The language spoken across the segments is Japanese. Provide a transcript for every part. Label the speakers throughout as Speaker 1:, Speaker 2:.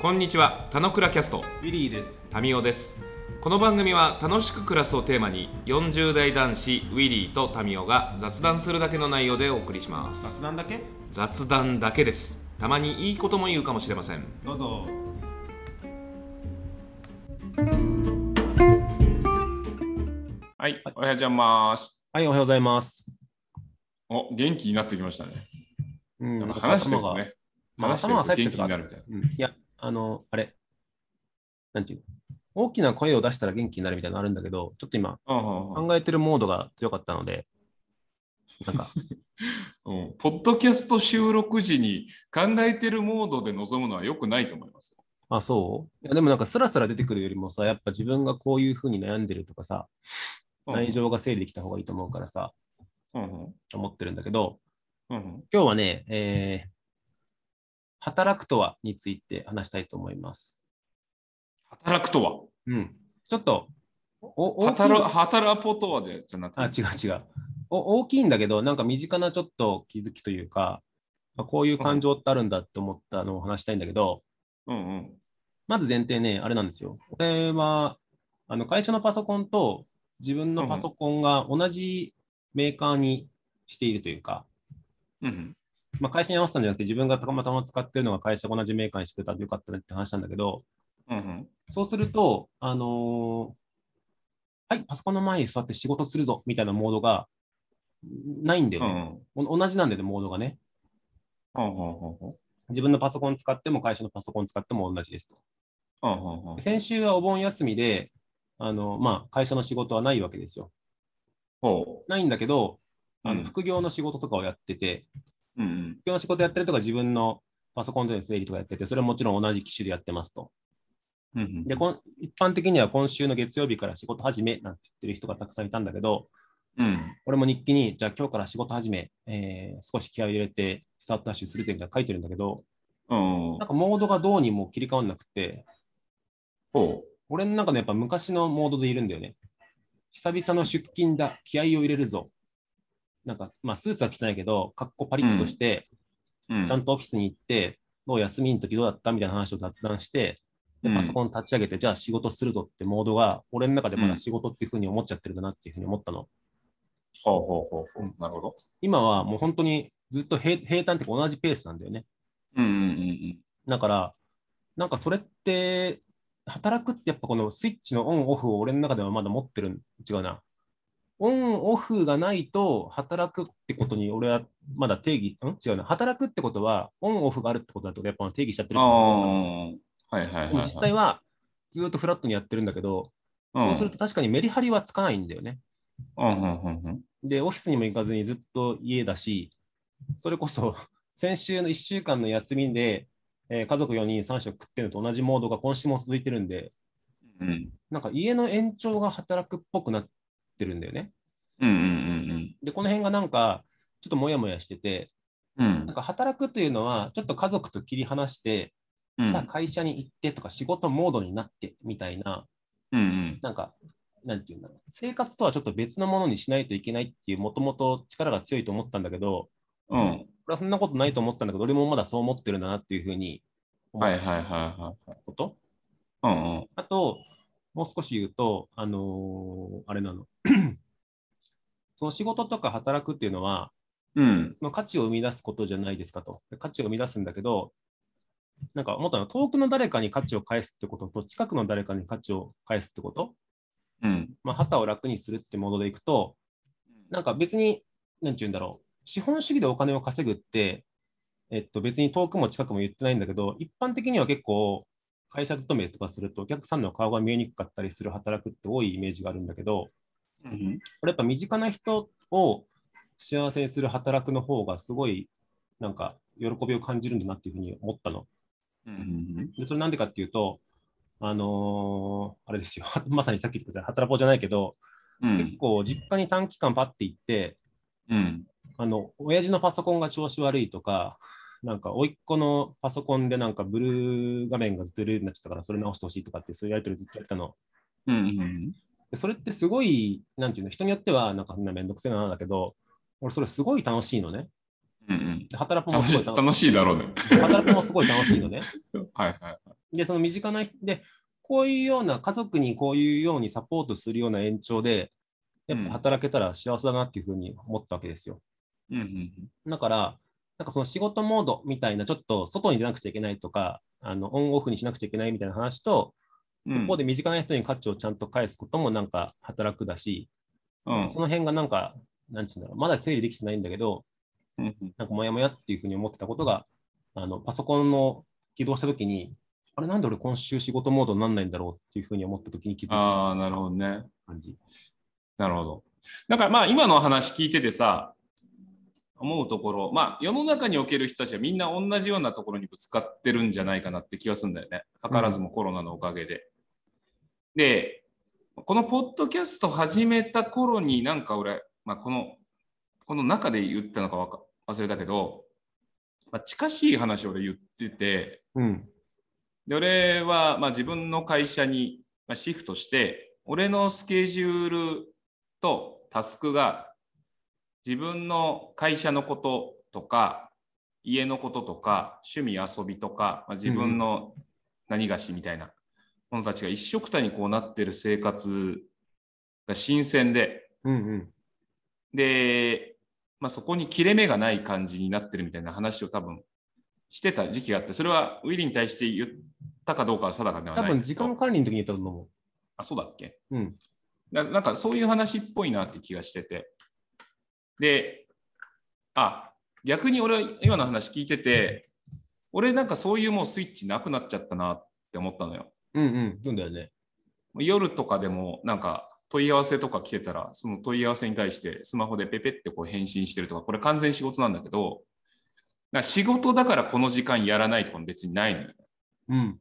Speaker 1: こんにちは、たのくらキャスト、
Speaker 2: ウィリーです。
Speaker 1: タミオです。この番組は楽しく暮らすをテーマに、40代男子ウィリーとタミオが雑談するだけの内容でお送りします。
Speaker 2: 雑談だけ
Speaker 1: 雑談だけです。たまにいいことも言うかもしれません。
Speaker 2: どうぞ。
Speaker 1: はい、おはようございます。
Speaker 3: はい、おはようございます。
Speaker 1: お、元気になってきましたね。
Speaker 3: うんなんか
Speaker 1: 話してる
Speaker 3: 頭
Speaker 1: と
Speaker 3: が
Speaker 1: ね、
Speaker 3: まあ
Speaker 1: 話してる
Speaker 3: 頭が
Speaker 1: と
Speaker 3: 冴え
Speaker 1: 元
Speaker 3: て
Speaker 1: 気
Speaker 3: る
Speaker 1: になるみたいな。
Speaker 3: うんいや、あの、あれ、なんていうの大きな声を出したら元気になるみたいなのあるんだけど、ちょっと今、
Speaker 1: うんうん
Speaker 3: 考えてるモードが強かったので、な んか、
Speaker 1: うんポッドキャスト収録時に考えてるモードで臨むのは良くないと思います。
Speaker 3: あ、そういやでもなんか、スラスラ出てくるよりもさ、やっぱ自分がこういうふうに悩んでるとか
Speaker 1: う
Speaker 3: さ、
Speaker 1: ん
Speaker 3: 内情が整理できた方がいいと思うからさ、
Speaker 1: うんうん
Speaker 3: 思ってるんだけど、
Speaker 1: うん
Speaker 3: 今日はね、えー働くとはについて話したいと思います。
Speaker 1: 働くとは
Speaker 3: うん。ちょっと、お大きい
Speaker 1: 働働くとはでじゃなくて。
Speaker 3: あ、違う違うお。大きいんだけど、なんか身近なちょっと気づきというか、あこういう感情ってあるんだって思ったのを話したいんだけど、
Speaker 1: うんうん。
Speaker 3: まず前提ね、あれなんですよ。これは、あの会社のパソコンと自分のパソコンが同じメーカーにしているというか、
Speaker 1: うん
Speaker 3: まあ、会社に合わせたんじゃなくて、自分がたまたま使ってるのが会社が同じメーカーにしてくれたらよかったねって話なんだけど、
Speaker 1: うん。うん
Speaker 3: そうすると、あのーはい、パソコンの前に座って仕事するぞみたいなモードがないんだ
Speaker 1: うん。
Speaker 3: よ
Speaker 1: う
Speaker 3: ね。
Speaker 1: ん
Speaker 3: お同じなんでね、モードがね。
Speaker 1: うんうんうん
Speaker 3: 自分のパソコン使っても会社のパソコン使っても同じですと。
Speaker 1: うんうんうん
Speaker 3: 先週はお盆休みで、あのまあ、会社の仕事はないわけですよ。
Speaker 1: ほ
Speaker 3: ないんだけど、
Speaker 1: う
Speaker 3: あ
Speaker 1: う
Speaker 3: の
Speaker 1: ん
Speaker 3: 副業の仕事とかをやってて、
Speaker 1: うんうん
Speaker 3: 副業の仕事やってるとか自分のパソコンでの整理とかやってて、それはもちろん同じ機種でやってますと。
Speaker 1: うんうん
Speaker 3: で、こん一般的には今週の月曜日から仕事始めなんて言ってる人がたくさんいたんだけど、
Speaker 1: うん
Speaker 3: 俺も日記に、じゃあ今日から仕事始め、えー少し気合を入れてスタートダッシュするってみたいなの書いてるんだけど、
Speaker 1: うん
Speaker 3: なんかモードがどうにも切り替わんなくて、
Speaker 1: ほ
Speaker 3: 俺の中でやっぱ昔のモードでいるんだよね。久々の出勤だ、気合を入れるぞ。なんか、まあ、スーツは着てないけど、格好パリッとして、
Speaker 1: ううん
Speaker 3: ちゃんとオフィスに行って、どう休みの時どうだったみたいな話を雑談して、で
Speaker 1: うん
Speaker 3: パソコン立ち上げて、じゃあ仕事するぞってモードが、俺の中でまだ仕事っていうふうに思っちゃってるんだなっていうふうに思ったの。
Speaker 1: ほうほうほうほうなるほど。
Speaker 3: 今はもう本当にずっと平平坦っていうか同じペースなんだよね。
Speaker 1: うんうんうん
Speaker 3: だから、なんかそれって、働くってやっぱこのスイッチのオンオフを俺の中ではまだ持ってるん、違うな。オンオフがないと働くってことに俺はまだ定義、ん違うな。働くってことはオンオフがあるってことだと俺やっぱ定義しちゃって
Speaker 1: うん。
Speaker 3: る。
Speaker 1: ああー。はいはいはい
Speaker 3: でも
Speaker 1: はい。
Speaker 3: 実際はずっとフラットにやってるんだけど、
Speaker 1: うん
Speaker 3: そうすると確かにメリハリはつかないんだよね。
Speaker 1: うんうんうんうん
Speaker 3: で、オフィスにも行かずにずっと家だし、それこそ 先週の1週間の休みで、えー家族4人3食食ってるのと同じモードが今週も続いてるんで、
Speaker 1: うん
Speaker 3: なんか家の延長が働くっぽくなってるんだよね。
Speaker 1: うんうん
Speaker 3: で、この辺がなんかちょっともやもやしてて、
Speaker 1: うんうん
Speaker 3: なんか働くというのはちょっと家族と切り離して、
Speaker 1: うん
Speaker 3: じゃあ会社に行ってとか仕事モードになってみたいな、
Speaker 1: うんうん
Speaker 3: なんか、なんていうんだろう、生活とはちょっと別のものにしないといけないっていう、もともと力が強いと思ったんだけど、
Speaker 1: うん
Speaker 3: 俺はそんなことないと思ったんだけど、俺もまだそう思ってるんだなっていうふうに思
Speaker 1: はい
Speaker 3: っ
Speaker 1: はい
Speaker 3: た
Speaker 1: はいは
Speaker 3: こと。
Speaker 1: いうんうん
Speaker 3: あと、もう少し言うと、あのーあれなの。 その仕事とか働くっていうのは、
Speaker 1: うん
Speaker 3: その価値を生み出すことじゃないですかと。で価値を生み出すんだけど、なんか思ったのは、遠くの誰かに価値を返すってことと、近くの誰かに価値を返すってこと、
Speaker 1: うん
Speaker 3: まあ、旗を楽にするってものでいくと、なんか別に、なんて言うんだろう、資本主義でお金を稼ぐって、えっと、別に遠くも近くも言ってないんだけど、一般的には結構、会社勤めとかすると、お客さんの顔が見えにくかったりする働くって多いイメージがあるんだけど、
Speaker 1: うん
Speaker 3: これやっぱ身近な人を幸せにする働くの方が、すごい、なんか、喜びを感じるんだなっていうふうに思ったの。
Speaker 1: うんうん
Speaker 3: で、それなんでかっていうと、あのーあれですよ、 まさにさっき言ってた働こうじゃないけど、
Speaker 1: うん
Speaker 3: 結構実家に短期間パッて行って、
Speaker 1: うん
Speaker 3: あの、親父のパソコンが調子悪いとか、なんか、甥っ子のパソコンでなんか、ブルー画面がずっとルーになっちゃったから、それ直してほしいとかって、そういうやりとりずっとやってたの。
Speaker 1: うんうん
Speaker 3: でそれってすごい、なんていうの、人によっては、なんか、そんなめんどくせえな、だけど、俺、それすごい楽しいのね。
Speaker 1: うん
Speaker 2: うんうん。
Speaker 3: で働くも
Speaker 2: 楽
Speaker 3: す
Speaker 2: し
Speaker 3: ごい
Speaker 2: い
Speaker 3: 楽
Speaker 2: 楽しいだろうね。
Speaker 3: しい。働くもすごい楽しいのね。
Speaker 2: はいはい。
Speaker 3: で、その身近な人で、こういうような、家族にこういうようにサポートするような延長で、やっ
Speaker 2: うん
Speaker 3: ぱ働けたら幸せだなっていうふうに思ったわけですよ。
Speaker 2: うんうん
Speaker 3: だから、なんかその仕事モードみたいな、ちょっと外に出なくちゃいけないとか、あのオンオフにしなくちゃいけないみたいな話
Speaker 2: うん。う
Speaker 3: と、
Speaker 2: ん
Speaker 3: ここで身近な人に価値をちゃんと返すこともなんか働くだし、
Speaker 2: うん
Speaker 3: その辺がなんか、なんつうんだろう、まだ整理できてないんだけど、
Speaker 2: うんうん
Speaker 3: なんかもやもやっていうふうに思ってたことが、あのパソコンの起動したときに、あれ、なんで俺今週仕事モードになんないんだろうっていうふうに思ったときに気づいた
Speaker 2: ああ、なるほどね。
Speaker 3: 感じ。
Speaker 2: なるほど。だからまあ今の話聞いててさ、思うところ、まあ世の中における人たちはみんな同じようなところにぶつかってるんじゃないかなって気がするんだよね。図らずもコロナのおかげで。で、このポッドキャスト始めた頃になんか俺、まあ、この、この中で言ったのかわか忘れたけど、まあ、近しい話を俺言ってて、
Speaker 3: うん。
Speaker 2: で俺は、まあ、自分の会社にまあシフトして俺のスケジュールとタスクが自分の会社のこととか家のこととか趣味遊びとか、まあ、自分の何がしみたいなものたちが一緒くたにこうなってる生活が新鮮で
Speaker 3: うんうん。
Speaker 2: で、まあ、そこに切れ目がない感じになってるみたいな話を多分してた時期があって、それはウィリーに対して言ったかどうかは定かでは
Speaker 3: 多
Speaker 2: ないん
Speaker 3: 分
Speaker 2: だけ
Speaker 3: 時
Speaker 2: ど。
Speaker 3: 間管理の時に言ったと思
Speaker 2: あ、そうだっけ
Speaker 3: う。うん。
Speaker 2: ななんかそういう話っぽいなって気がしてて。で、あ、逆に俺は今の話聞いてて、俺なんかそういうもうスイッチなくなっちゃったなって思ったのよ。
Speaker 3: うんうん。そうだよね。
Speaker 2: 夜とかでもなんか問い合わせとか来てたらその問い合わせに対してスマホでペペってこう返信してるとかこれ完全に仕事なんだけどなんか仕事だからこの時間やらないとかも別にないのよ
Speaker 3: うん。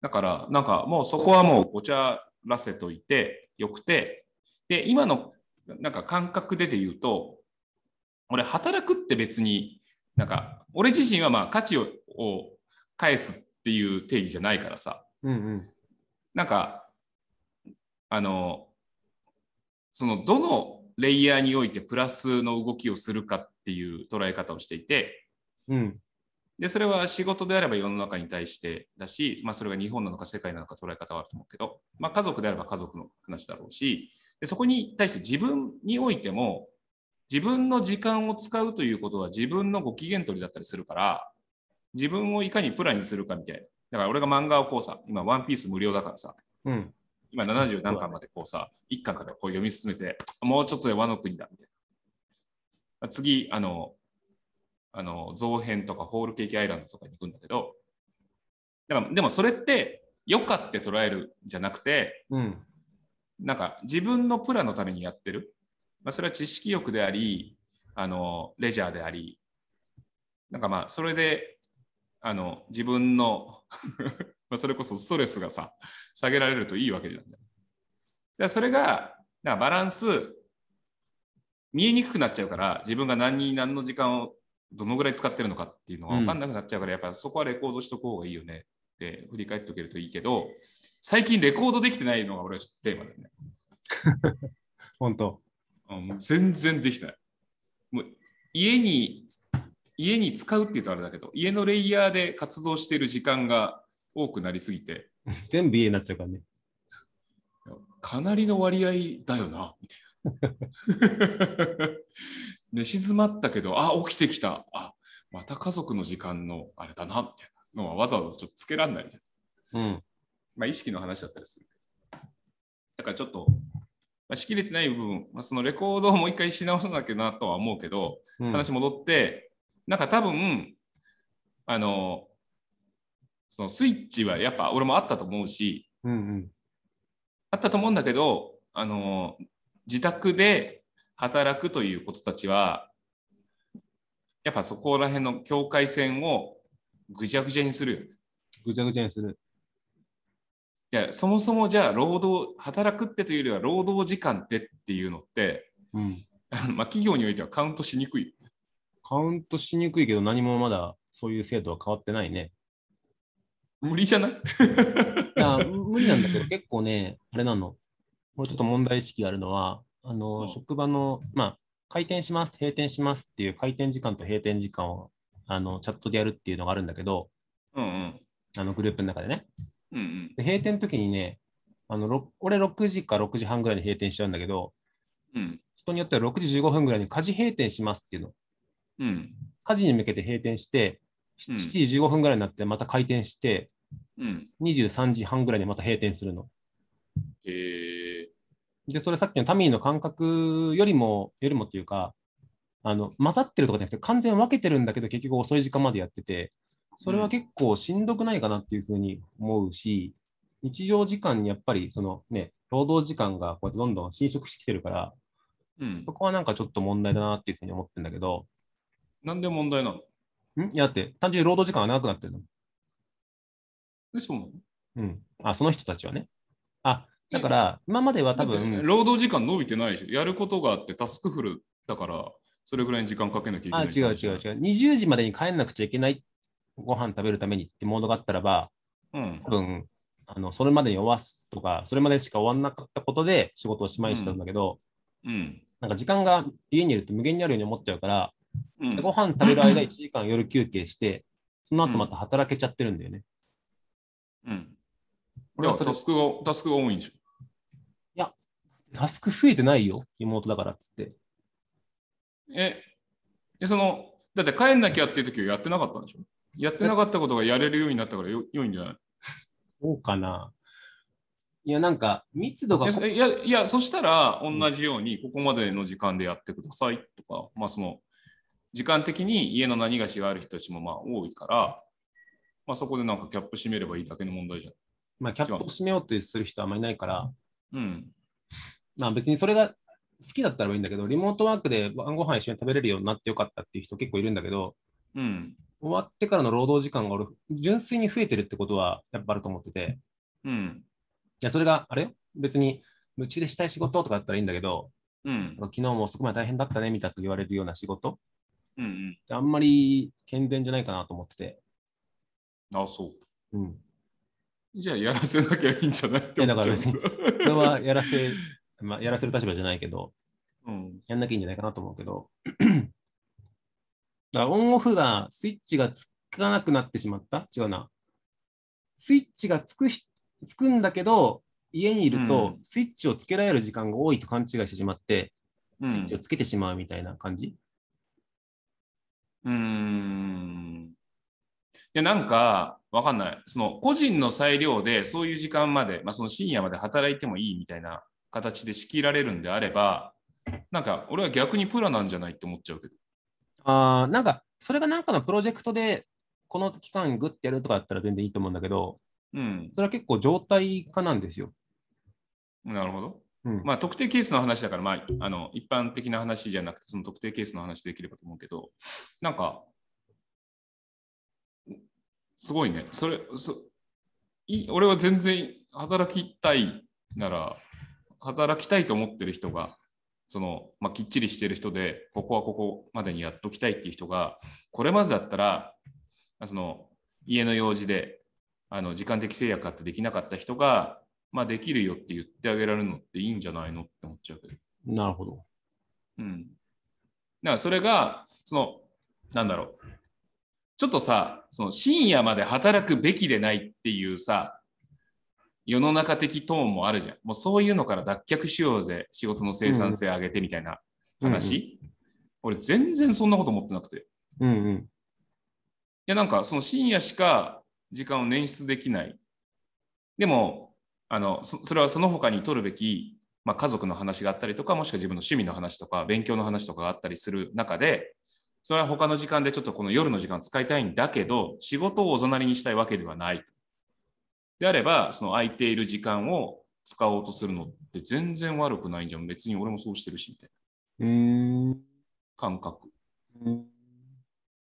Speaker 2: だからなんかもうそこはもうごちゃらせといてよくてで今のなんか感覚でで言うと俺働くって別になんか俺自身はまあ価値をを返すっていう定義じゃないからさ
Speaker 3: うんうん。
Speaker 2: なんか、あの、そのどのレイヤーにおいてプラスの動きをするかっていう捉え方をしていて、
Speaker 3: うん。
Speaker 2: で、それは仕事であれば世の中に対してだし、まあ、それが日本なのか世界なのか捉え方はあると思うけど、まあ、家族であれば家族の話だろうし、でそこに対して自分においても、自分の時間を使うということは自分のご機嫌取りだったりするから、自分をいかにプランにするかみたいな。だから俺が漫画をこうさ、今ワンピース無料だからさ、
Speaker 3: うん。
Speaker 2: 今70何巻までこうさ、1巻からこう読み進めて、もうちょっとで和の国だみたいな。次、あの、あの、造編とかホールケーキアイランドとかに行くんだけど、だからでもそれって、よかって捉えるんじゃなくて、
Speaker 3: うん。
Speaker 2: なんか自分のプランのためにやってる。まあ、それは知識欲であり、あの、レジャーであり、なんかまあ、それで、あの、自分の、 まあそれこそストレスがさ、下げられるといいわけじゃん。だからそれが、なんかバランス、見えにくくなっちゃうから、自分が何に何の時間をどのぐらい使ってるのかっていうのが分かんなくなっちゃうから、やっぱそこはレコードしとく方がいいよねって振り返っておけるといいけど、最近レコードできてないのが俺はちょっとテーマだよね。
Speaker 3: 本当。
Speaker 2: うんもう全然できてない。もう家に、家に使うって言うとあれだけど、家のレイヤーで活動している時間が多くなりすぎて、
Speaker 3: 全部家になっちゃうからね。
Speaker 2: かなりの割合だよな、みたいな。 寝静まったけど、あ、起きてきた。あ、また家族の時間のあれだな、みたいなのはわざわざちょっとつけらんないみたいな。
Speaker 3: うん。
Speaker 2: まあ、意識の話だったりする。だからちょっと、まあ、仕切れてない部分、まあ、そのレコードをもう一回し直さなきゃなとは思うけど、
Speaker 3: うん
Speaker 2: 話戻って、なんか多分、あの、そのスイッチはやっぱ俺もあったと思うし、
Speaker 3: うんうん。
Speaker 2: あったと思うんだけど、あの、自宅で働くということたちは、やっぱそこら辺の境界線をぐちゃぐちゃにするよね。
Speaker 3: ぐちゃぐちゃにする。
Speaker 2: いや、そもそもじゃあ、労働、働くってというよりは、労働時間ってっていうのって、
Speaker 3: うん。
Speaker 2: あのまあ、企業においてはカウントしにくい。
Speaker 3: カウントしにくいけど、何もまだそういう制度は変わってないね。
Speaker 2: 無理じゃない
Speaker 3: いや、無理なんだけど、結構ね、あれなの。これちょっと問題意識があるのは、あの、
Speaker 2: うん
Speaker 3: 職場の、まあ、開店します、閉店しますっていう開店時間と閉店時間をあのチャットでやるっていうのがあるんだけど、
Speaker 2: うんうん
Speaker 3: あのグループの中でね。
Speaker 2: うんうん
Speaker 3: で閉店の時にね、あのろ俺6時か6時半ぐらいに閉店しちゃうんだけど、
Speaker 2: うん
Speaker 3: 人によっては6時15分ぐらいに家事閉店しますっていうの。
Speaker 2: うん
Speaker 3: 家事に向けて閉店して、
Speaker 2: うん
Speaker 3: 7時15分ぐらいになってまた開店して、
Speaker 2: うん
Speaker 3: 23時半ぐらいにまた閉店するの。
Speaker 2: えー
Speaker 3: で、それさっきのタミーの感覚よりも、よりもっていうか、あの混ざってるとかじゃなくて、完全に分けてるんだけど、結局遅い時間までやってて、それは結構しんどくないかなっていうふうに思うし、日常時間にやっぱり、そのね、労働時間がこうやってどんどん侵食してきてるから、
Speaker 2: うん
Speaker 3: そこはなんかちょっと問題だなっていうふうに思ってるんだけど、
Speaker 2: なんで問題なの
Speaker 3: んいや、だって単純に労働時間が長くなってるの。
Speaker 2: えそうなの
Speaker 3: うん。あ、その人たちはね。あ、だから、今までは多
Speaker 2: だって
Speaker 3: 分、
Speaker 2: 労働時間伸びてないでしょやることがあってタスクフルだからそれぐらいに時間かけなきゃいけな
Speaker 3: あ、
Speaker 2: い
Speaker 3: 違う違う違う。20時までに帰んなくちゃいけないご飯食べるためにってモードがあったらば、
Speaker 2: うん
Speaker 3: 多分、あのそれまでに終わすとか、それまでしか終わんなかったことで仕事をしまいにしてたんだけど、
Speaker 2: うん
Speaker 3: なんか時間が家にいると無限にあるように思っちゃうから、
Speaker 2: うん
Speaker 3: ご飯食べる間1時間夜休憩して、その後また働けちゃってるんだよね。
Speaker 2: うん
Speaker 3: 俺はそれ
Speaker 2: タスクがタスクが多いんでしょ
Speaker 3: タスク増えてないよ、妹だからっつって。
Speaker 2: え、えその、だって帰んなきゃっていう時はやってなかったんでしょやってなかったことがやれるようになったからよ良いんじゃない
Speaker 3: そうかな。いや、なんか密度が
Speaker 2: えそえいや、いや、そしたら同じようにここまでの時間でやってくださいとか、まあその、時間的に家の何がしがある人たちもまあ多いから、まあそこでなんかキャップ閉めればいいだけの問題じ
Speaker 3: まあ、キャップを閉めようとする人はあまりいないから、
Speaker 2: ゃん。うん。
Speaker 3: まあ、別にそれが好きだったらいいんだけど、リモートワークで晩ご飯一緒に食べれるようになってよかったっていう人結構いるんだけど、
Speaker 2: うん。
Speaker 3: 終わってからの労働時間が俺、純粋に増えてるってことはやっぱあると思ってて、
Speaker 2: うん。
Speaker 3: いやそれがあれよ、別に夢中でしたい仕事とかだったらいいんだけど、
Speaker 2: うん
Speaker 3: なん。か昨日も遅くまで大変だったねみたいなこと言われるような仕事、
Speaker 2: うん。
Speaker 3: あんまり健全じゃないかなと思ってて、
Speaker 2: うん。あ、そう。
Speaker 3: うん、
Speaker 2: じゃあやらせなきゃいいんじゃないって思っちゃう
Speaker 3: いやだかそれはやらせ、 まあ、やらせる立場じゃないけど、
Speaker 2: うん。
Speaker 3: やんなきゃいいんじゃないかなと思うけど、 だからオンオフが、スイッチがつかなくなってしまった違うな。スイッチがつくしつくんだけど、家にいると
Speaker 2: う、
Speaker 3: スイッチをつけられる時間が多いと勘違いしてしまって、
Speaker 2: う
Speaker 3: スイッ
Speaker 2: ん
Speaker 3: チをつけてしまうみたいな感じ。
Speaker 2: うーんいやなんかわかんないその個人の裁量でそういう時間まで、まあ、その深夜まで働いてもいいみたいな形で仕切られるんであればなんか俺は逆にプラなんじゃないって思っちゃうけど
Speaker 3: あーなんか、それがなんかのプロジェクトで、この期間グッてやるとかだったら全然いいと思うんだけど、
Speaker 2: うん
Speaker 3: それは結構状態化なんですよ。
Speaker 2: なるほど、
Speaker 3: うん
Speaker 2: まあ特定ケースの話だから、まあ、あの一般的な話じゃなくてその特定ケースの話できればと思うけどなんかすごいねそれそい俺は全然働きたいなら働きたいと思ってる人がその、まあ、きっちりしてる人でここはここまでにやっときたいっていう人がこれまでだったらその家の用事であの時間的制約あってできなかった人が、まあ、できるよって言ってあげられるのっていいんじゃないのって思っちゃうけど。
Speaker 3: なるほど。
Speaker 2: うん。だからそれが、その、なんだろう。ちょっとさ、その深夜まで働くべきでないっていうさ、世の中的トーンもあるじゃん。もうそういうのから脱却しようぜ。仕事の生産性上げてみたいな話。俺全然そんなこと思ってなくて。い
Speaker 3: うんうん。
Speaker 2: やなんかその深夜しか時間を捻出できない。でも、あのそそれはその他に取るべき、まあ、家族の話があったりとかもしくは自分の趣味の話とか勉強の話とかがあったりする中でそれは他の時間でちょっとこの夜の時間を使いたいんだけど仕事をおざなりにしたいわけではないであればその空いている時間を使おうとするのって全然悪くないんじゃん別に俺もそうしてるしみたいな
Speaker 3: うん。う
Speaker 2: 感覚
Speaker 3: ーん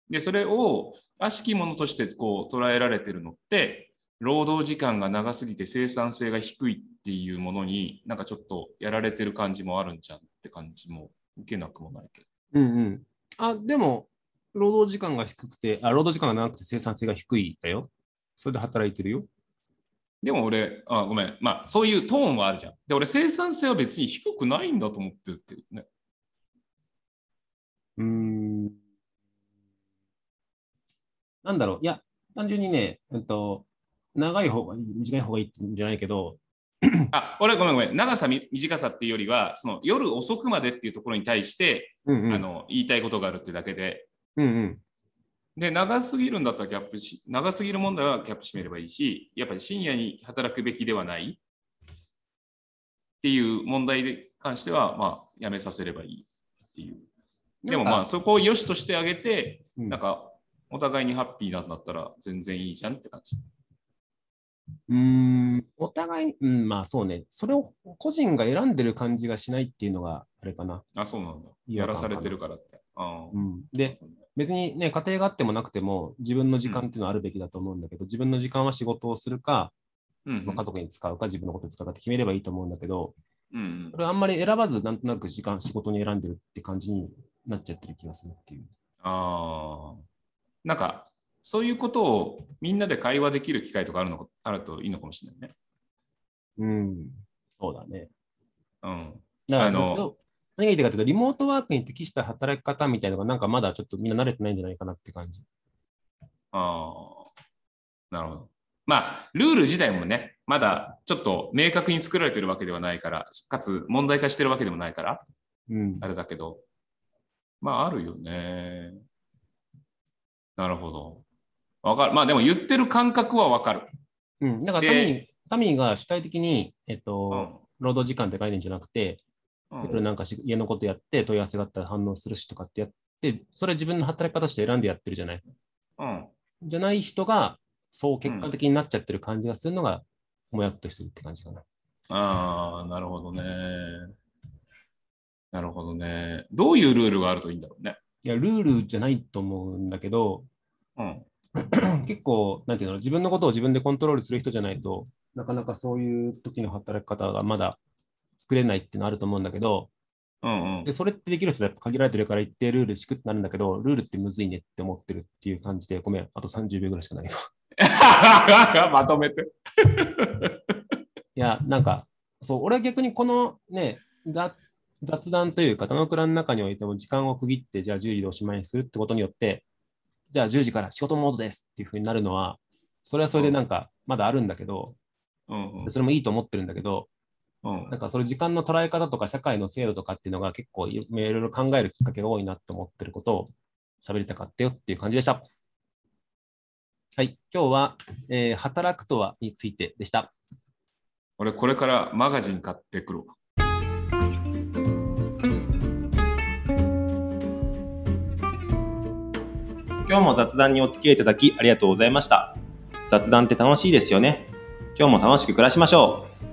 Speaker 2: で、それを悪しきものとしてこう捉えられてるのって、労働時間が長すぎて生産性が低いっていうものに、なんかちょっとやられてる感じもあるんじゃんって感じも受けなくもないけど。
Speaker 3: うんうん。あ、でも、労働時間が低くて、あ、労働時間が長くて生産性が低いだよ。それで働いてるよ。
Speaker 2: でも俺、あごめん、まあそういうトーンはあるじゃん。で、俺生産性は別に低くないんだと思ってるけどね。
Speaker 3: なんだろう、いや、単純にね、うんと、長い方がいい、短い方がいいってんじゃないけど、
Speaker 2: あ、俺ごめんごめん。長さみ短さっていうよりは、その夜遅くまでっていうところに対して、
Speaker 3: うんうん、
Speaker 2: あの言いたいことがあるってだけで、
Speaker 3: うんうん、
Speaker 2: で、長すぎるんだったらキャップし、長すぎる問題はキャップ閉めればいいし、やっぱり深夜に働くべきではないっていう問題に関しては、まあ、やめさせればいいっていう。でもまあ、そこを良しとしてあげて、
Speaker 3: うん
Speaker 2: なんか、お互いにハッピーなんだったら全然いいじゃんって感じ。
Speaker 3: うーん、お互いに、うん、まあそうね、それを個人が選んでる感じがしないっていうのがあれかな。
Speaker 2: あ、そうなんだ。
Speaker 3: いや
Speaker 2: やらされてるからって。あー
Speaker 3: うん、で、別にね、家庭があってもなくても、自分の時間っていうのはあるべきだと思うんだけど、自分の時間は仕事をするか、
Speaker 2: うんうん
Speaker 3: まあ家族に使うか、自分のことに使うかって決めればいいと思うんだけど、
Speaker 2: うんうん
Speaker 3: それあんまり選ばず、なんとなく時間、仕事に選んでるって感じになっちゃってる気がするっていう。
Speaker 2: ああ。なんか、そういうことをみんなで会話できる機会とかあるのあるといいのかもしれないね。
Speaker 3: うん、そうだね。
Speaker 2: うん。
Speaker 3: だから
Speaker 2: あの
Speaker 3: どう何が言いたいかというと、リモートワークに適した働き方みたいなのが、なんかまだちょっとみんな慣れてないんじゃないかなって感じ。
Speaker 2: ああ、なるほど。まあ、ルール自体もね、まだちょっと明確に作られてるわけではないから、かつ問題化してるわけでもないから、
Speaker 3: うん
Speaker 2: あれだけど、まあ、あるよね。なるほど。わかる。まあ、でも言ってる感覚はわかる。
Speaker 3: うん、だからタミー
Speaker 2: で
Speaker 3: タミーが主体的に、えっと労働時間って概念じゃなくて、
Speaker 2: うん
Speaker 3: 夜なんかし家のことやって、問い合わせがあったら反応するしとかってやって、それは自分の働き方として選んでやってるじゃない。
Speaker 2: うん。
Speaker 3: じゃない人が、そう結果的になっちゃってる感じがするのが、もやっとしてるって感じかな。
Speaker 2: ああ、なるほどね。なるほどね。どういうルールがあるといいんだろうね。
Speaker 3: いや、ルールじゃないと思うんだけど、
Speaker 2: うん。
Speaker 3: 結構、なんていうの、自分のことを自分でコントロールする人じゃないとなかなかそういう時の働き方がまだ作れないっていうのあると思うんだけど、
Speaker 2: うん うん
Speaker 3: で、。それってできる人はやっぱ限られてるから一定ルールしくってなるんだけど、ルールってむずいねって思ってるっていう感じで、ごめん、あと30秒ぐらいしかないよ。
Speaker 2: まとめて。
Speaker 3: いや、なんか、そう、俺は逆にこのね、ざ雑談というか、田の倉の中においても時間を区切って、じゃあ10時でおしまいにするってことによって、じゃあ10時から仕事モードですっていうふうになるのは、それはそれでなんか、まだあるんだけど、
Speaker 2: うんうん
Speaker 3: それもいいと思ってるんだけど、
Speaker 2: うん
Speaker 3: なんかその時間の捉え方とか社会の制度とかっていうのが結構いろいろ考えるきっかけが多いなと思ってることを喋りたかったよっていう感じでした。はい、今日は、えー働くとはについてでした。
Speaker 2: 俺これからマガジン買ってくるわ。
Speaker 4: 今日も雑談にお付き合いいただきありがとうございました。雑談って楽しいですよね。今日も楽しく暮らしましょう。